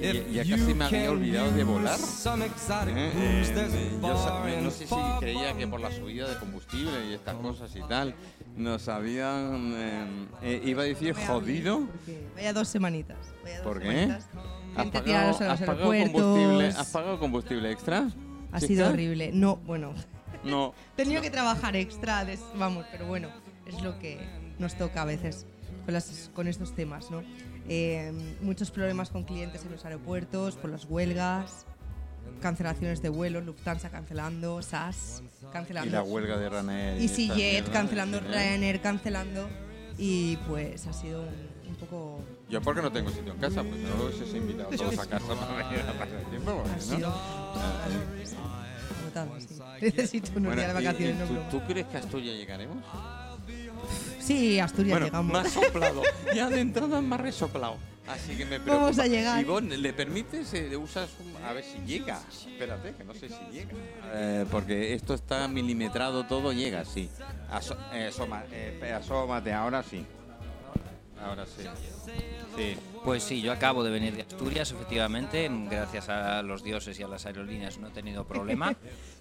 Ya, ya casi me había olvidado de volar. ¿eh? Eh, yo sa- no sé si creía que por la subida de combustible y estas cosas y tal, nos habían. eh, eh, iba a decir jodido. Vaya dos semanitas. vaya dos ¿Por qué? semanitas. ¿Has Gente tirada pagado, a los has pagado combustible, aeropuertos. ¿Has pagado combustible extra? Ha ¿Sí sido está? horrible. No, bueno. No. Tenía que trabajar extra, des- vamos, pero bueno, es lo que nos toca a veces con, las- con estos temas, ¿no? Eh, muchos problemas con clientes en los aeropuertos, por las huelgas, cancelaciones de vuelos, Lufthansa cancelando, SAS cancelando. Y la huelga de Ryanair. Y estas EasyJet mierdas, cancelando, ¿eh? Ryanair cancelando. Y pues ha sido un, un poco. Yo porque no tengo sitio en casa, pues no los he invitado a todos a casa para venir a pasar el tiempo. porque Ha sido. ¿no? sí, agotado, sí. Necesito unos días de Bueno, y- vacaciones, y no ¿tú, broma. tú crees que a Asturias llegaremos? Sí, Asturias bueno, llegamos. me ha soplado. ya de entrada me ha resoplado. Así que me preocupa. Vamos a llegar. Ivonne, ¿le permites? eh, usas un- A ver si llega. Espérate, que no sé si llega. Eh, porque esto está milimetrado, todo llega, sí. Aso- eh, asoma- eh, asómate, ahora sí. Ahora sí. Sí. Pues sí, yo acabo de venir de Asturias, efectivamente, gracias a los dioses y a las aerolíneas no he tenido problema,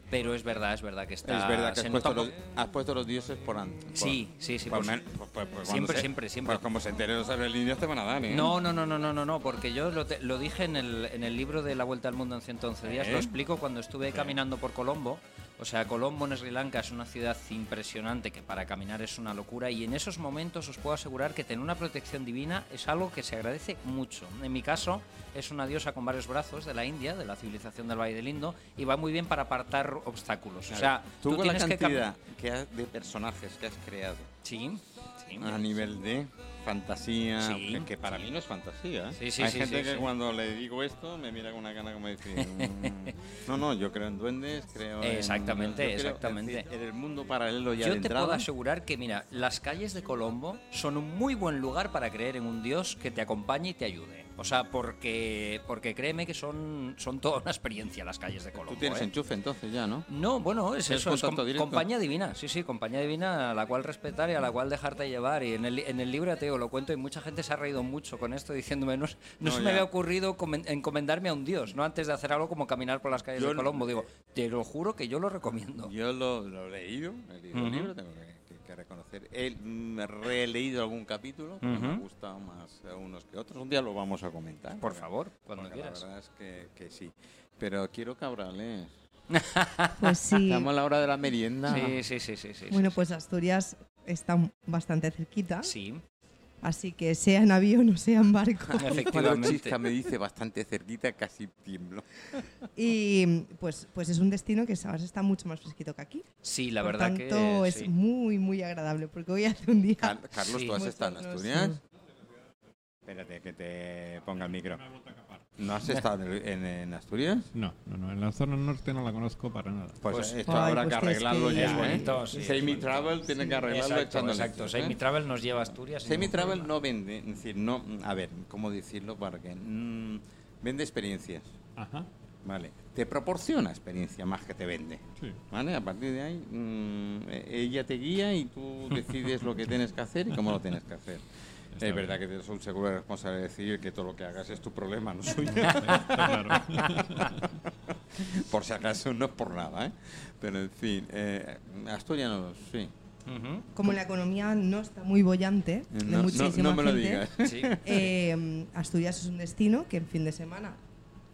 pero es verdad, es verdad que está... Es verdad que se has nota puesto, un los, po- has puesto los dioses por antes. Sí, sí, sí, Por por men- su- por- por- por cuando siempre, se- siempre, siempre. Pues como se enteren los aerolíneas te van a dar, ¿eh? No, no, no, no, no, no, no, porque yo lo, te- lo dije en el, en el libro de La Vuelta al Mundo en 111 días, ¿Eh? lo explico cuando estuve caminando por Colombo. O sea, Colombo en Sri Lanka es una ciudad impresionante que para caminar es una locura y en esos momentos os puedo asegurar que tener una protección divina es algo que se agradece mucho. En mi caso es una diosa con varios brazos de la India, de la civilización del Valle del Indo y va muy bien para apartar obstáculos. O sea, tú, tú, con la tienes que cantidad caminar. que, has- de personajes que has creado Sí, sí. a nivel de fantasía, Sí. que, que para mí no es fantasía. ¿eh? Sí, sí, Hay sí, gente sí, que sí. cuando le digo esto me mira con una cara como decir, "Mm". no, no, yo creo en duendes, creo en- Exactamente, yo creo, es exactamente. decir, En el mundo paralelo ya Yo de te entrada. puedo asegurar que, mira, las calles de Colombo son un muy buen lugar para creer en un Dios que te acompañe y te ayude. O sea, porque, porque créeme que son, son toda una experiencia las calles de Colombo. Tú tienes ¿eh? enchufe entonces ya, ¿no? No, bueno, es ¿Tienes eso, es com- contacto directo? compañía divina, sí, sí, compañía divina a la cual respetar y a la cual dejarte llevar. Y en el, li- en el libro, te digo, lo cuento y mucha gente se ha reído mucho con esto diciéndome, no, no No, se ya. me había ocurrido comen- encomendarme a un dios, ¿no? Antes de hacer algo como caminar por las calles Yo de no- Colombo. Digo, te lo juro que yo lo recomiendo. Yo lo, lo he leído, he leído el Ujú. libro, tengo que, que- que reconocer. He mm, reeleído algún capítulo, porque me Ujú. gusta más a unos que otros. Un día lo vamos a comentar. Por porque- favor, cuando porque quieras. La verdad es que, que sí. Pero quiero cabrales. Pues sí. Estamos a la hora de la merienda. Sí, sí, sí, sí, sí. sí, Bueno, pues Asturias está bastante cerquita, Sí, así que sea en avión o sea en barco. Efectivamente. efectivamente. me dice bastante cerquita, casi tiemblo. Y pues, pues es un destino que sabes está mucho más fresquito que aquí. Sí, la Por verdad tanto, que es sí. muy, muy agradable, porque hoy hace un día... Car- Carlos, Sí. ¿tú has estado en Muchos Asturias? no, sí. Espérate, que te ponga el micro. ¿No has estado en, en- en Asturias? No, no, no, en la zona norte no la conozco para nada. Pues, Pues- esto Ay, habrá pues que tienes que arreglarlo ir. ya. Es ¿eh? bonito, sí, es Semi bonito. Travel tiene que arreglarlo exacto, echándole exacto. leches, ¿eh? Semi Travel nos lleva a Asturias. sin Semi ningún Travel problema. no vende, es decir, no, a ver, ¿cómo decirlo para que mm, vende experiencias? Ajá, Vale, te proporciona experiencia más que te vende. sí. Vale, a partir de ahí mm, e- ella te guía y tú decides lo que tienes que hacer y cómo lo tienes que hacer. Está es verdad bien. que eres un seguro de responsable de decidir que todo lo que hagas es tu problema, no suyo. Está claro. por si acaso no es por nada, ¿eh? Pero en fin, eh, asturianos, sí. Ujú. Como la economía no está muy bollante, de No, no- muchísima no me lo gente, digas. Sí. eh, Asturias es un destino que en fin de semana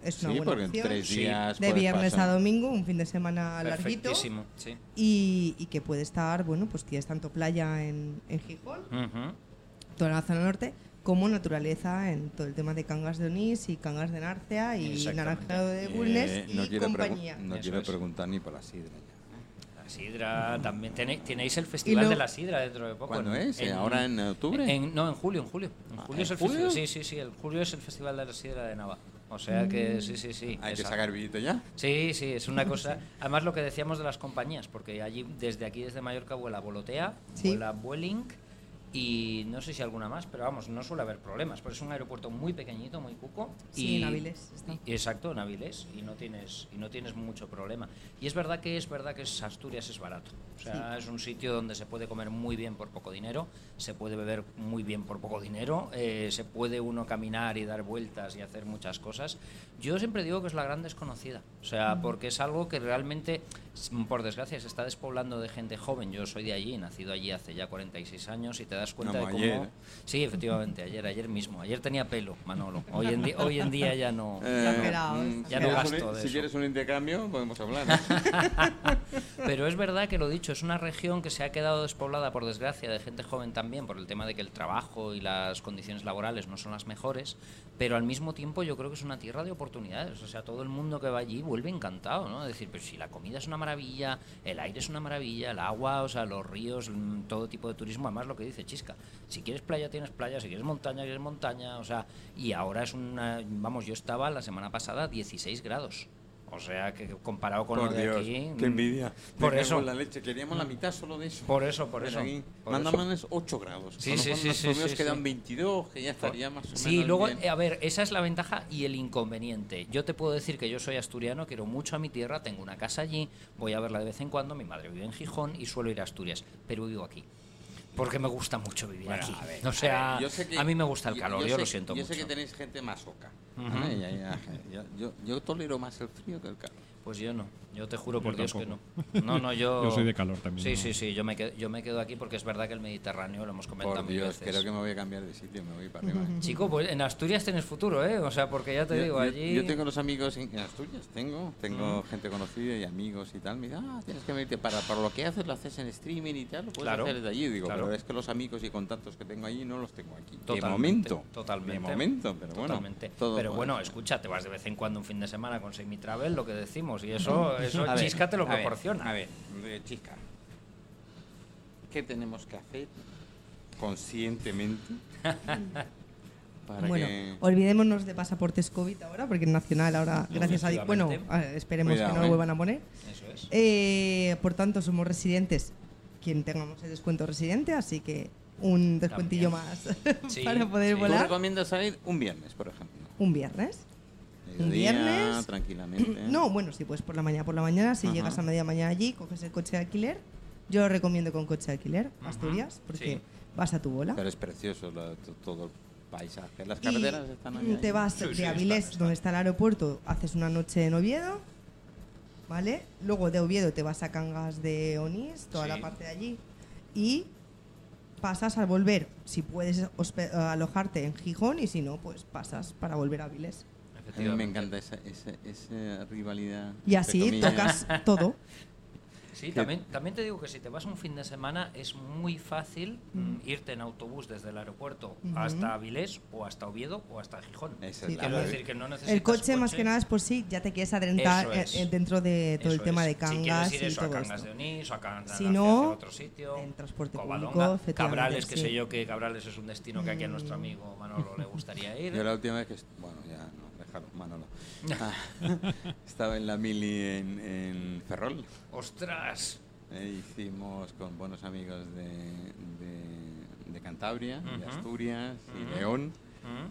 es una Sí, buena porque en opción. tres días de puedes viernes pasar. a domingo, un fin de semana larguito. Perfectísimo, sí. Y, y que puede estar, bueno, pues tienes tanto playa en, en Gijón, Ujú. toda la zona norte, como naturaleza en todo el tema de Cangas de Onís y Cangas de Narcea y Exactamente. Naranjado de Eh, Bulnes no y quiero pregu- compañía. No Eso quiero es. preguntar ni por la sidra ya. La sidra también. Tenéis, tenéis el Festival lo- de la Sidra dentro de poco. ¿Cuándo es? ¿Ahora en octubre? en- no, en julio, en julio. En Ah, julio ¿en es el julio? festival. Sí, sí, sí. El julio es el Festival de la Sidra de Nava. O sea Mm. que sí, sí, sí. Hay que esa- sacar billete ya. Sí, sí, es una cosa. Además, lo que decíamos de las compañías, porque allí, desde aquí, desde Mallorca, vuela Volotea, Sí. vuela Vueling y no sé si alguna más, pero vamos, no suele haber problemas, porque es un aeropuerto muy pequeñito, muy cuco. Sí, y, en Avilés está. y- exacto, en Avilés, y no, tienes, y no tienes mucho problema. Y es verdad que es verdad que es- Asturias es barato. O sea, es un sitio donde se puede comer muy bien por poco dinero, se puede beber muy bien por poco dinero, eh, se puede uno caminar y dar vueltas y hacer muchas cosas. Yo siempre digo que es la gran desconocida, o sea, porque es algo que realmente, s- por desgracia, se está despoblando de gente joven. Yo soy de allí, nacido allí hace ya 46 años y te das cuenta Como de cómo... ayer. Sí, efectivamente, ayer, ayer mismo. Ayer tenía pelo, Manolo. Hoy en, di- hoy en día ya no. Ya Eh, quedado, mm, está si Ya no quieres gasto un- de Si eso. quieres un intercambio, podemos hablar. ¿eh? Pero es verdad que lo dicho, es una región que se ha quedado despoblada, por desgracia, de gente joven también, por el tema de que el trabajo y las condiciones laborales no son las mejores, pero al mismo tiempo yo creo que es una tierra de oportunidades. O sea, todo el mundo que va allí vuelve encantado, ¿no? Es decir, pues si la comida es una maravilla, el aire es una maravilla, el agua, o sea, los ríos, mm, todo tipo de turismo, además lo que dice Chisca, si quieres playa tienes playa, si quieres montaña quieres montaña, o sea, y ahora es una, vamos, yo estaba la semana pasada a 16 grados. O sea, que comparado con Por lo de Dios, aquí... qué mm, envidia. Por Me eso. cago en La leche. Queríamos la mitad solo de eso. Por eso, por Pero eso. aquí, por eso. Mandaman es 8 grados. Sí, Con lo sí, cual sí, los sí, torneos sí, quedan sí. 22, que ya estaría más o menos. Sí, luego, bien. eh, a ver, esa es la ventaja y el inconveniente. Yo te puedo decir que yo soy asturiano, quiero mucho a mi tierra, tengo una casa allí, voy a verla de vez en cuando, mi madre vive en Gijón y suelo ir a Asturias, pero vivo aquí. Porque me gusta mucho vivir Bueno, aquí. a ver, o sea, Yo sé que- a mí me gusta el yo- calor, yo, yo sé- lo siento Yo mucho. sé que tenéis gente más oca. Ujú. Ay, ay, ay, Yo, yo- yo tolero más el frío que el calor. Pues yo no, yo te juro Yo por Dios tampoco. que no. No, no, yo... Yo soy de calor también, Sí, ¿no? sí, sí, yo me, quedo, yo me quedo aquí porque es verdad que el Mediterráneo lo hemos comentado Por mil Dios, veces. creo que me voy a cambiar de sitio, me voy para arriba. Chico, pues en Asturias tienes futuro, ¿eh? O sea, porque ya te Yo- digo, yo, allí... yo tengo los amigos en en Asturias, tengo, tengo gente conocida y amigos y tal. Me dicen, ah, tienes que venirte para, para lo que haces, lo haces en streaming y tal, lo puedes Claro, hacer desde allí. Digo, claro. pero es que los amigos y contactos que tengo allí no los tengo aquí. de Totalmente, momento. totalmente. De momento, pero bueno. Totalmente. todo pero puede bueno, ser. escucha, te vas de vez en cuando un fin de semana con Semi Travel, lo que decimos, y eso, eso A ver, Chisca te lo a ver, proporciona. a ver, eh, Chisca. ¿Qué tenemos que hacer conscientemente para Bueno, que... olvidémonos de pasaportes COVID ahora, porque en Nacional ahora, gracias a Dios, bueno, efectivamente. a- esperemos Cuidado, que no lo ¿eh? vuelvan a poner. Eso es. Eh, por tanto, somos residentes, quien tengamos el descuento residente, así que un descuentillo También. más Sí, para poder sí. ¿Tú volar recomiendas salir un viernes, por ejemplo? un viernes. ¿Un Día, viernes? Tranquilamente. No, bueno, sí, pues por la mañana, por la mañana, si Ajá. llegas a media mañana allí, coges el coche de alquiler. Yo lo recomiendo con coche de alquiler, Asturias, porque sí. vas a tu bola. Pero es precioso lo- to- todo el paisaje. Las Y carreteras están ahí. Te ahí. vas Sí, sí, de está, Avilés, está. donde está el aeropuerto, haces una noche en Oviedo, ¿vale? Luego de Oviedo te vas a Cangas de Onís, toda Sí. la parte de allí, y pasas al volver, si puedes hospe- eh, alojarte en Gijón y si no, pues pasas para volver a Avilés. A mí me Efectivamente. encanta esa, esa, esa rivalidad. Y entre así comillas. tocas todo. Sí, también, también te digo que si te vas un fin de semana es muy fácil mm, irte en autobús desde el aeropuerto Ujú. hasta Avilés o hasta Oviedo o hasta Gijón. Esa Sí, es la Quiero claro. maravilla. decir que no necesitas El coche, más que nada es por si ya te quieres adentrar Eso es. eh, eh, dentro de todo Eso el tema es. de Si Cangas quieres ir y eso, todo a Cangas eh. esto. de Onís, o a Cangas Si hacia no, otro sitio, en transporte Covadonga, público, efectivamente, Cabrales, que sí. Mm. sé yo que Cabrales es un destino que aquí a nuestro amigo Manolo le gustaría ir. Yo la última vez que... est- Bueno, ya no, déjalo, Manolo. Ah, estaba en la mili en, en Ferrol. ¡Ostras! e hicimos con buenos amigos de, de- de Cantabria, de Ujú. Asturias y Ujú. León.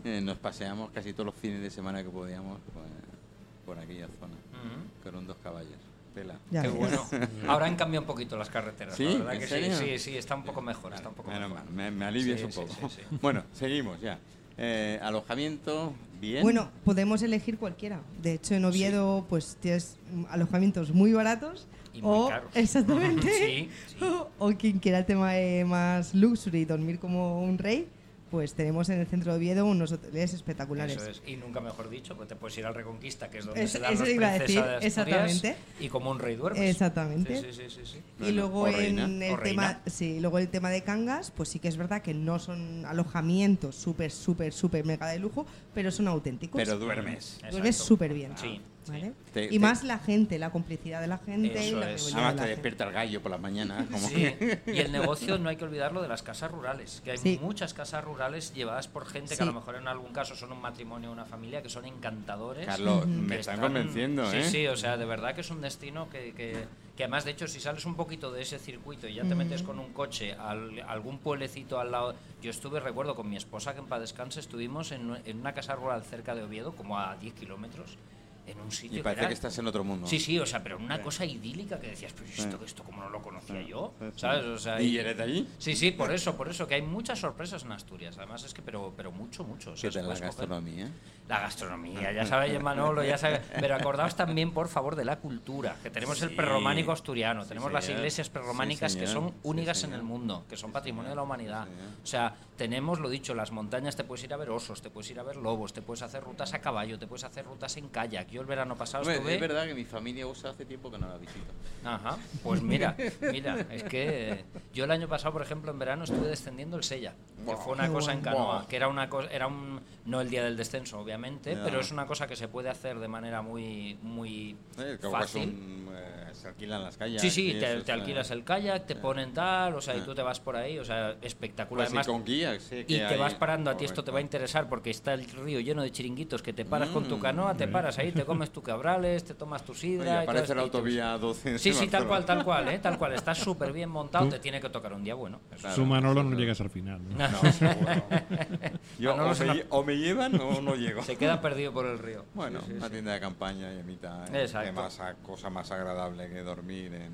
Mm, Eh, nos paseamos casi todos los fines de semana que podíamos por, por aquella zona mm. con dos caballos. Tela. Ya Qué ves. bueno. Ahora han cambiado un poquito las carreteras, ¿Sí? la verdad ¿En que serio? sí, sí, sí, está un poco mejor, está un poco Menos mejor. mal, me, me alivias Sí, un sí, poco. sí, sí. Bueno, seguimos ya. Eh, alojamiento, bien. Bueno, podemos elegir cualquiera. De hecho, en Oviedo, pues tienes mm, alojamientos muy baratos. Y muy o, caros. Exactamente. Sí, sí. O, o quien quiera el tema eh, más luxury, dormir como un rey, pues tenemos en el centro de Oviedo unos hoteles espectaculares. Eso es. Y nunca mejor dicho, pues te puedes ir al Reconquista, que es donde Eso- se dan eso los iba a princesas decir, de Asturias, exactamente. Y como un rey duermes. Exactamente. Sí, sí, sí, sí, sí. Y Bueno, luego o en reina, o el reina. tema, sí, luego el tema de Cangas, pues sí que es verdad que no son alojamientos súper, súper, súper mega de lujo, pero son auténticos. Pero duermes. Exacto. Duermes súper bien. Sí, ¿vale? Te- y te- más la gente, la complicidad de la gente. Eso la es. reunión de Además la te gente. despierta el gallo por las mañanas. Como Sí, y el negocio no hay que olvidarlo de las casas rurales, que hay Sí. muchas casas rurales llevadas por gente que Sí. a lo mejor en algún caso son un matrimonio o una familia que son encantadores. Carlos, que me están convenciendo, sí, ¿eh? Sí, o sea, de verdad que es un destino que, que- Que además, de hecho, si sales un poquito de ese circuito y ya te Mm. metes con un coche al, algún pueblecito al lado. Yo estuve, recuerdo, con mi esposa que en paz descanse, estuvimos en, u- en una casa rural cerca de Oviedo, como a 10 kilómetros, en un sitio. Y que parece era- que estás en otro mundo. Sí, sí, o sea, pero una cosa idílica que decías, pero esto, esto como no lo conocía yo, ¿sabes? O sea, ¿Y eres de allí? Sí, sí, por eso, por eso, que hay muchas sorpresas en Asturias. Además, es que, pero, pero mucho, mucho. O sea, ¿Qué tal la puedes coger- gastronomía? ¿eh? La gastronomía, ya sabéis, Manolo, ya sabéis. Pero acordaos también, por favor, de la cultura, que tenemos el Sí. prerrománico asturiano, Sí, tenemos las señor. iglesias Sí, prerrománicas que señor. son Sí, únicas en señor. el mundo, que son patrimonio de la humanidad. señor. O sea, tenemos, lo dicho, las montañas, te puedes ir a ver osos, te puedes ir a ver lobos, te puedes hacer rutas a caballo, te puedes hacer rutas en kayak. Yo el verano pasado Hombre, estuve... es verdad que mi familia usa hace tiempo que no la visito. Ajá, pues mira, mira, es que eh, yo el año pasado, por ejemplo, en verano estuve descendiendo el Sella, que fue una Qué cosa en bueno. canoa, que era una cosa, era un, no el día del descenso, obviamente, Ya. pero es una cosa que se puede hacer de manera muy, muy El Cáucaso, fácil. mm, eh, se alquilan las calles. Sí, sí, y te, eso eh, te está- alquilas el kayak, te ponen tal, o sea, y Ya. tú te vas por ahí, o sea, espectacular. Pues sí, Además, con guía, sí, y que te hay- vas parando, a ti esto te va a Correcto. interesar porque está el río lleno de chiringuitos que te paras con tu Mm. canoa, te paras ahí, te comes tu cabrales, te tomas tu sidra. Oye, y todo aparece la esto, y te- autovía 12. Sí, de sí, tal Barcelona. cual, tal cual, ¿eh? Tal cual. Está súper bien montado, Tú- te tiene que tocar un día bueno. Eso Claro, Su Manolo no sí, llegas al final. ¿no? No, seguro. Yo Manolo o, se me, la- lle- o me llevan o no llego. Se queda perdido por el río. Bueno, Sí, sí, una sí. tienda de campaña y mitad. Exacto. Además, a- cosa más agradable que dormir en,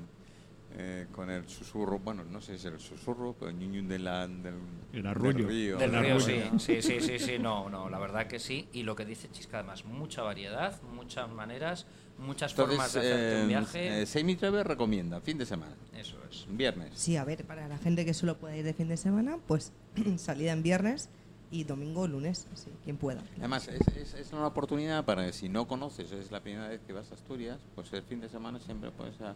eh, con el susurro. Bueno, no sé si es el susurro, pero ñu, ñu de la- del, El arrullo. del río. Del La río, sí. Rubia. sí. Sí, sí, sí, no, no, la verdad que sí. Y lo que dice Chisca, además, mucha variedad, muchas maneras, muchas formas Entonces, de hacerte eh, un viaje. eh, Semi Travel recomienda, fin de semana, Eso es. viernes. Sí, a ver, para la gente que solo puede ir de fin de semana, pues salida en viernes y domingo o lunes, sí, quien pueda. Además, es, es- es una oportunidad para, si no conoces, es la primera vez que vas a Asturias, pues el fin de semana siempre puedes a-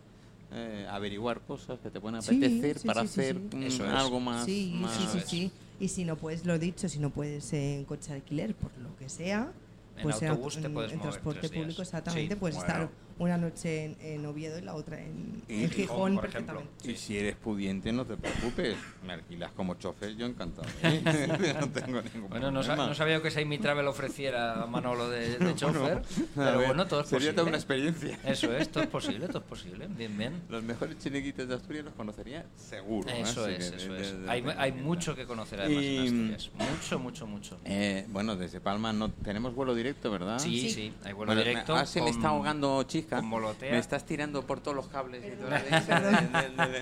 eh, averiguar cosas que te pueden Sí, apetecer sí, para sí, sí, hacer sí. mm, Eso es. algo más. sí, más- sí, sí, eso sí. Y si no puedes, lo dicho, si no puedes en coche de alquiler, por lo que sea, En pues autobús te puedes en mover transporte tres días. público, exactamente, Sí, puedes bueno. estar una noche en, en Oviedo y la otra en, Y en Gijón, Gijón, por ejemplo. perfectamente. Y si eres pudiente, no te preocupes. Me alquilas como chofer, yo encantado. ¿eh? no tengo ningún Bueno, no, sa- problema. no sabía que Semi Travel ofreciera a Manolo de, de chofer, A pero ver, bueno, todo es Sería toda una posible. experiencia. Eso es, todo es posible, todo es posible. Bien, bien. Los mejores chiringuitos de Asturias los conocería seguro. ¿eh? Eso Así es, que eso de- es. de- de- Hay, de- hay de- mucho que conocer además en Y- Asturias. Mucho, mucho, mucho. Eh, bueno, desde Palma no tenemos vuelo directo, ¿verdad? Sí, sí, Sí. hay vuelo Ah, Bueno, directo. ah, se me con- está ahogando, chica. con volotea. Me estás tirando por todos los cables y todo Perdón. de, de- de-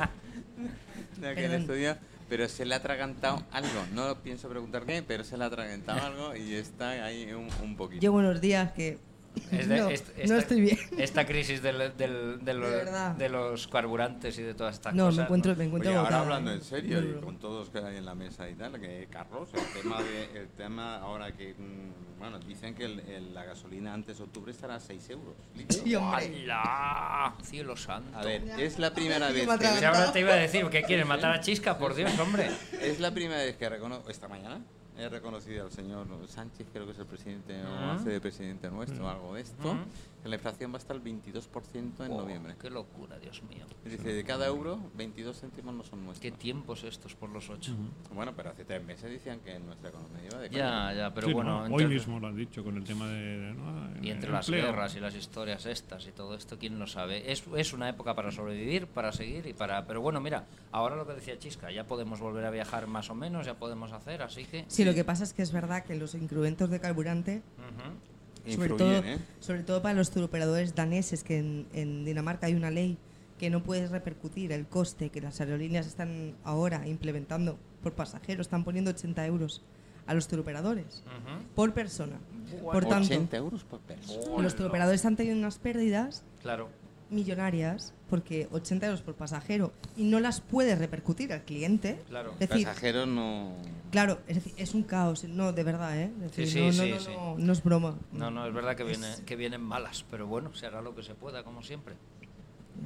de- de aquel Perdón. estudio. Pero se le ha atragantado algo. No pienso preguntar qué, pero se le ha atragantado algo y está ahí un, un poquito. Llevo unos días que Es de- no, es- no esta- estoy bien. Esta crisis del- del- de, los, verdad. de los carburantes y de todas estas No, cosas. me encuentro, me encuentro Oye, ahora agotada, hablando ¿eh? en serio, Muy y duro. con todos que hay en la mesa y tal, que Carlos, el tema, de, el tema ahora que, mm, bueno, dicen que el- el- la gasolina antes de octubre estará a 6 euros. litro. Sí, hombre. ¡Hala! ¡Cielo santo! A ver, es la primera vez me que Si ahora te iba a decir, ¿qué quieres? ¿Matar a Chisca? Por Dios, hombre. Es la primera vez que reconozco, esta mañana, he reconocido al señor Sánchez, creo que es el presidente o Ujú. hace de presidente Mm. nuestro, algo de esto, Ujú. que la inflación va hasta el 22% en Oh, noviembre. ¡Qué locura, Dios mío! Es decir, de cada euro, 22 céntimos no son ¿Qué nuestros. tiempos estos por los ocho? Bueno, pero hace tres meses decían que nuestra economía iba de coña. Ya, ya, pero Sí, ¿no? bueno. Hoy entre- mismo lo han dicho con el tema de. ¿no? Y entre el las empleo. guerras y las historias estas y todo esto, ¿quién lo sabe? Es, es una época para sobrevivir, para seguir y para... Pero bueno, mira, ahora lo que decía Chisca, ya podemos volver a viajar más o menos, ya podemos hacer, así que... Sí, lo que pasa es que es verdad que los incrementos de carburante, Ujú. sobre Influyen, todo, ¿eh? sobre todo para los turoperadores daneses, que en, en Dinamarca hay una ley que no puedes repercutir el coste que las aerolíneas están ahora implementando por pasajeros, están poniendo 80 euros a los turoperadores Ujú. por persona. Por tanto, 80 euros por persona. los turoperadores han tenido unas pérdidas Claro. millonarias porque 80 euros por pasajero y no las puedes repercutir al cliente. Claro. Es decir, Pasajeros no. Claro, es, decir, es un caos, no, de verdad, ¿eh? Es Sí, decir, sí, no, no, sí, no, sí. no, no es broma. No, no, es verdad que, Es- viene, que vienen malas, pero bueno, se hará lo que se pueda, como siempre.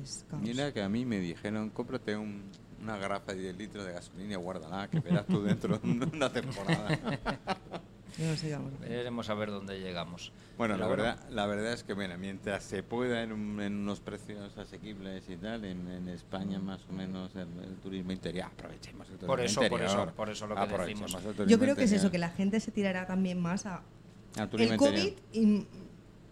es caos. Mira que a mí me dijeron, cómprate un- una garrafa de 10 litros de gasolina y guárdala, que verás tú dentro de una temporada. Yo no sé, vamos. Veremos a ver dónde llegamos. Bueno, Pero la verdad, la verdad es que, bueno, mientras se pueda en, un- en unos precios asequibles y tal, en, en España más o menos el, el turismo interior, aprovechemos el turismo Por eso, por interior. eso, por eso lo que Aprovechemos decimos. el turismo Yo creo que es interior. eso, que la gente se tirará también más a Al turismo el interior. COVID y,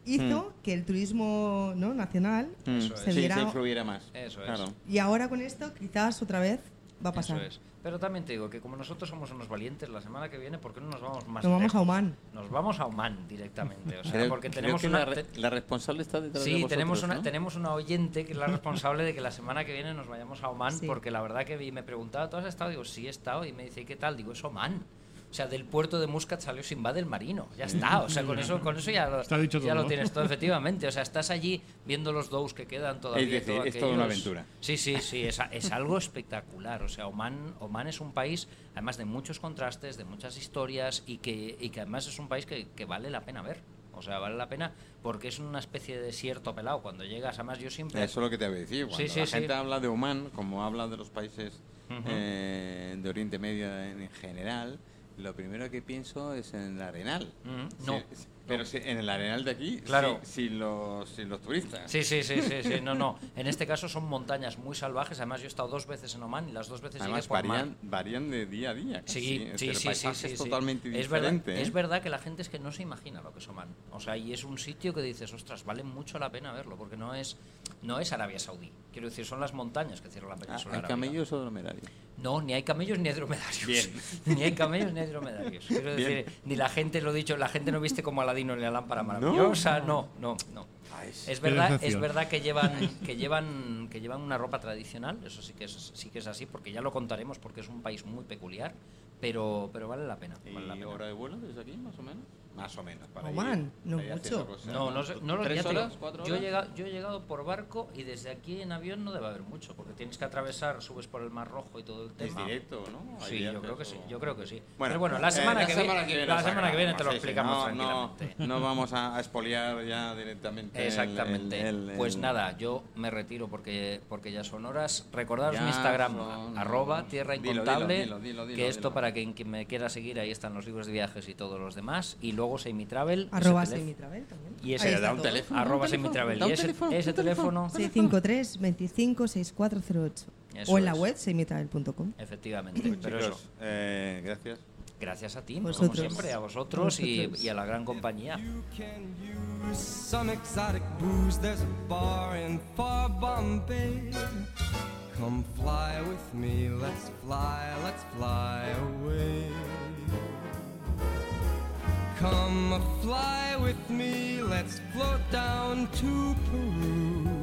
hizo Mm. que el turismo ¿no? nacional Eso es. se Mm. Sí, viera. se influyera más. Eso es. Claro. y ahora con esto, quizás otra vez va a pasar. Eso es. Pero también te digo que como nosotros somos unos valientes, la semana que viene, ¿por qué no nos vamos más Nos vamos a lejos? Oman. Nos vamos a Oman directamente. O sea, Creo- porque creo tenemos que una... la, re- te- la responsable está detrás de Sí, vosotros, tenemos una, ¿no? tenemos una oyente que es la responsable de que la semana que viene nos vayamos a Oman, Sí. porque la verdad que vi- me preguntaba, ¿tú has estado? Digo, sí he estado, y me dice, ¿y qué tal? Digo, es Oman. O sea, del puerto de Muscat salió Simba del Marino. Ya está. O sea, con eso, con eso ya, lo, Está dicho ya todo, lo ¿no? tienes todo, efectivamente. O sea, estás allí viendo los dos que quedan todavía. Es decir, todo es toda una aquello. aventura. Sí, sí, sí, es, a- es algo espectacular. O sea, Oman, Oman es un país, además de muchos contrastes, de muchas historias y que, y que además es un país que, que vale la pena ver. O sea, vale la pena porque es una especie de desierto pelado. Cuando llegas, además yo siempre... Eso es lo que te había dicho. Cuando Sí, sí, la sí. gente habla de Oman, como habla de los países Ujú. eh, de Oriente Medio en, en general, lo primero que pienso es en el arenal. Mm, Sí, no. sí, pero sí, en el arenal de aquí, Claro. sí, sin, los, sin los turistas. Sí, sí, sí, sí, sí, no, no. En este caso son montañas muy salvajes. Además, yo he estado dos veces en Oman y las dos veces llegué Además, por mar. varían, varían de día a día. casi, Sí, es sí, decir, el sí, sí, paisaje sí, es sí. totalmente es verdad, diferente. es ¿eh? verdad que la gente es que no se imagina lo que es Oman. O sea, y es un sitio que dices, ostras, vale mucho la pena verlo, porque no es, no es Arabia Saudí. Quiero decir, son las montañas que cierran la Ah, península. ¿Hay arábiga. camellos o dromedarios? No, ni hay camellos ni hay dromedarios. Bien. ni hay camellos ni hay dromedarios. Quiero Bien. decir, ni la gente, lo dicho, la gente no viste como Aladino en la lámpara maravillosa. No, no, no. Ah, Es verdad, decepción. es verdad que llevan, que llevan, que llevan una ropa tradicional, eso sí que es, sí que es así, porque ya lo contaremos porque es un país muy peculiar, pero, pero vale la pena. vale la ¿Y pena. hora de vuelo desde aquí, más o menos? Más o menos. Para Oman, ir- no para ir haciendo mucho. cosas. No, no, sé- no lo ¿Tres ya te digo, horas? ¿Cuatro Yo he, horas? llegado, yo he llegado por barco y desde aquí en avión no debe haber mucho, porque tienes que atravesar, subes por el Mar Rojo y todo el Es tema. directo, ¿no? Hay Sí, yo viajes creo que sí, o- yo creo que sí. Bueno, Pero bueno, la eh, semana, que, viene, la lo semana que viene te sacamos, sí, lo sí, explicamos no, no- tranquilamente. No, vamos a, a expoliar ya directamente. el- Exactamente. el- el- pues el- nada, yo me retiro porque, porque ya son horas. Recordaros Ya mi Instagram, son- arroba tierra Dilo, dilo, incontable. dilo, dilo, dilo, que esto dilo. para quien, quien me quiera seguir, ahí están los libros de viajes y todos los demás. Y luego Semitravel. Arroba ese telé- Semitravel también. Y ese Ahí Pero está da un todo. teléfono. da Arroba un teléfono, Semitravel. da un Y ese, teléfono, ese un teléfono. teléfono. 653 25 6408 Eso o en la es. web semitravel.com. Efectivamente. Pero Pues Chicos, eso. eh, gracias. Gracias a ti, Vosotros. como siempre, a vosotros y, Vosotros. y a la gran compañía. You can use some exotic booze. There's a bar in far Bombay. Come fly with me. Let's fly, let's fly away. Come fly with me. Let's float down to Peru.